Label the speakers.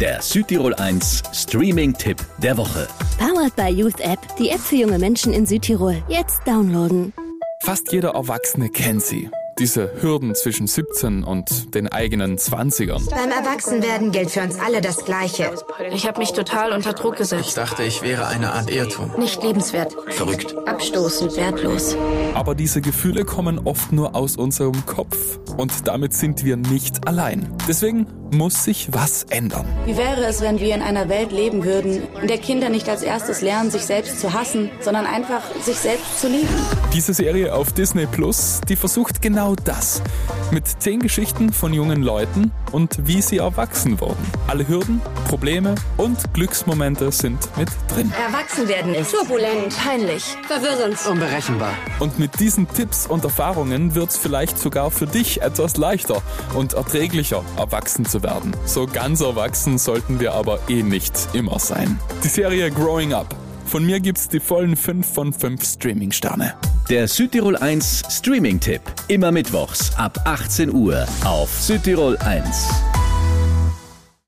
Speaker 1: Der Südtirol 1 Streaming-Tipp der Woche.
Speaker 2: Powered by Youth App, die App für junge Menschen in Südtirol. Jetzt downloaden.
Speaker 3: Fast jeder Erwachsene kennt sie. Diese Hürden zwischen 17 und den eigenen 20ern.
Speaker 4: Beim Erwachsenwerden gilt für uns alle das Gleiche.
Speaker 5: Ich habe mich total unter Druck
Speaker 6: Ich
Speaker 5: gesetzt.
Speaker 6: dachte, ich wäre eine Art Irrtum.
Speaker 5: Nicht lebenswert,
Speaker 6: Verrückt.
Speaker 5: abstoßend, wertlos.
Speaker 3: Aber diese Gefühle kommen oft nur aus unserem Kopf. Und damit sind wir nicht allein. Deswegen muss sich was ändern.
Speaker 7: Wie wäre es, wenn wir in einer Welt leben würden, in der Kinder nicht als erstes lernen, sich selbst zu hassen, sondern einfach sich selbst zu lieben?
Speaker 3: Diese Serie auf Disney Plus, die versucht genau das. Mit zehn Geschichten von jungen Leuten und wie sie erwachsen wurden. Alle Hürden, Probleme und Glücksmomente sind mit drin.
Speaker 4: Erwachsenwerden ist
Speaker 5: Turbulent, peinlich.
Speaker 4: verwirrend.
Speaker 6: Unberechenbar.
Speaker 3: Und mit diesen Tipps und Erfahrungen wird's vielleicht sogar für dich etwas leichter und erträglicher, erwachsen zu werden. So ganz erwachsen sollten wir aber eh nicht immer sein. Die Serie Growing Up. Von mir gibt's die vollen 5 von 5 Streaming-Sterne.
Speaker 1: Der Südtirol 1 Streaming-Tipp. Immer mittwochs ab 18 Uhr auf Südtirol 1.